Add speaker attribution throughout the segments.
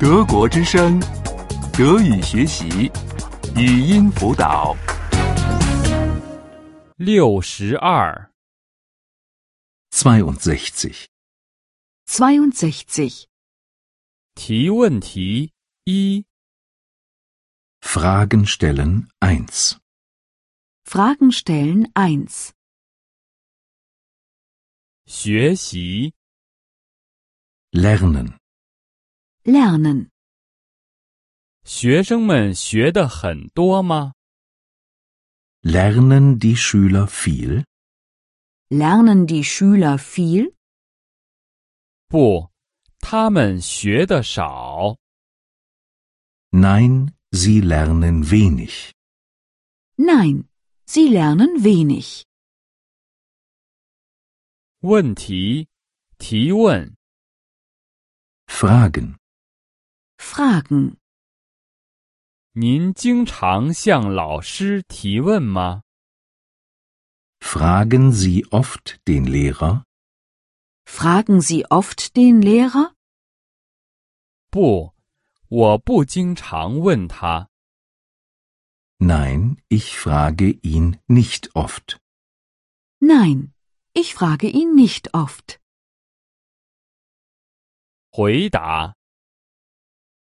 Speaker 1: 德国之声，德语学习，语音辅导。
Speaker 2: 六十二，
Speaker 1: 62.
Speaker 3: 62.
Speaker 2: 提问题一：
Speaker 1: Fragen stellen 1.
Speaker 3: Fragen stellen 1.
Speaker 2: 学习
Speaker 1: Lernen.
Speaker 3: Lernen.
Speaker 2: 学生们学的很多吗？
Speaker 1: Lernen die Schüler viel?
Speaker 3: Lernen die Schüler viel?
Speaker 2: 不，他们学的少。
Speaker 1: Nein, sie lernen wenig.
Speaker 3: Nein, sie lernen wenig.
Speaker 2: 问题提问：
Speaker 1: Fragen.
Speaker 3: Fragen.
Speaker 2: 您经常向老师提问吗？
Speaker 1: Fragen Sie oft den Lehrer?
Speaker 3: Fragen Sie oft den Lehrer?
Speaker 2: 不，我不经常问他。
Speaker 1: Nein, ich frage ihn nicht oft.
Speaker 3: Nein, ich frage ihn nicht oft.
Speaker 2: 回答：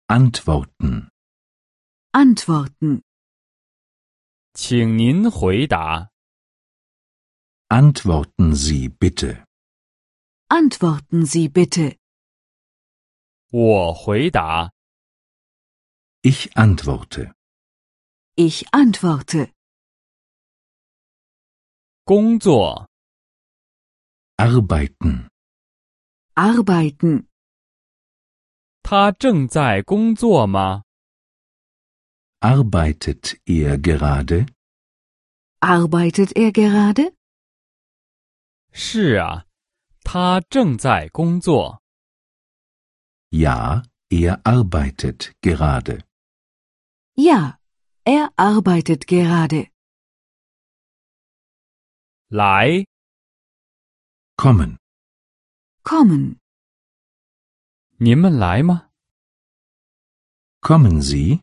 Speaker 1: Antworten.
Speaker 3: Antworten.
Speaker 2: 请您回答。
Speaker 1: Antworten Sie bitte.
Speaker 3: Antworten Sie bitte.
Speaker 2: 我回答。
Speaker 1: Ich antworte.
Speaker 3: Ich antworte.
Speaker 2: 工作。
Speaker 1: Arbeiten.
Speaker 3: Arbeiten.
Speaker 2: 他正在工作吗？
Speaker 1: Arbeitet er gerade?
Speaker 3: Arbeitet er gerade?
Speaker 2: 是啊，他正在工作。
Speaker 1: Ja, er arbeitet gerade.
Speaker 3: Ja, er arbeitet gerade.
Speaker 2: 来，
Speaker 1: Kommen.
Speaker 3: Kommen.
Speaker 2: 你们来吗？
Speaker 1: Kommen Sie?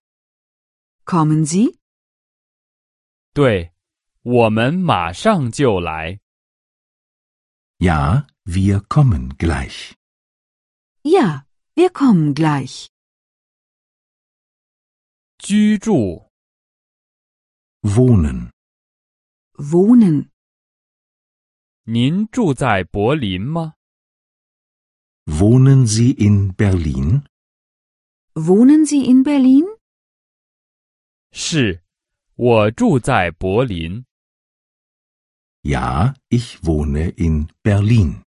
Speaker 3: Kommen Sie?
Speaker 2: 对，我们马上就来。
Speaker 1: Ja, wir kommen gleich.
Speaker 3: Ja, wir kommen gleich.
Speaker 2: 居住，
Speaker 1: Wohnen.
Speaker 3: Wohnen.
Speaker 2: 您住在柏林吗？
Speaker 1: Wohnen Sie in Berlin?
Speaker 3: Wohnen Sie in Berlin?
Speaker 2: 是，我住在柏林。
Speaker 1: Ja, ich wohne in Berlin.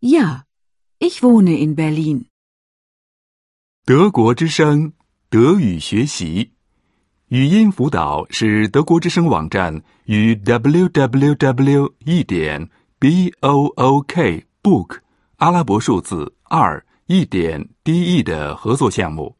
Speaker 3: Ja, ich wohne in Berlin.
Speaker 4: 德国之声德语学习语音辅导是德国之声网站与 www. 一点 b o o k book 阿拉伯数字二一点 d e 的合作项目。